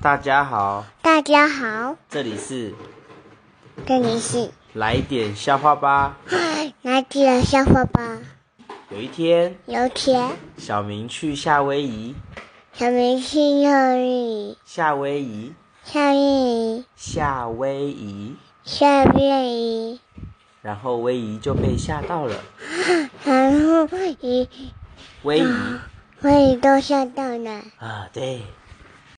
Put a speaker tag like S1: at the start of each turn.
S1: 大家好，
S2: 大家好，
S1: 这里是
S2: 这里 是
S1: 来点笑话吧。
S2: 哪里的笑话吧？
S1: 有一天，
S2: 有天
S1: 小明去夏威夷，
S2: 小明去幼儿园，
S1: 夏威夷，
S2: 夏威夷，
S1: 夏威夷，
S2: 夏威夷，
S1: 然后威夷就被吓到了，
S2: 然后一
S1: 威夷
S2: 我也都吓到了。
S1: 啊，对，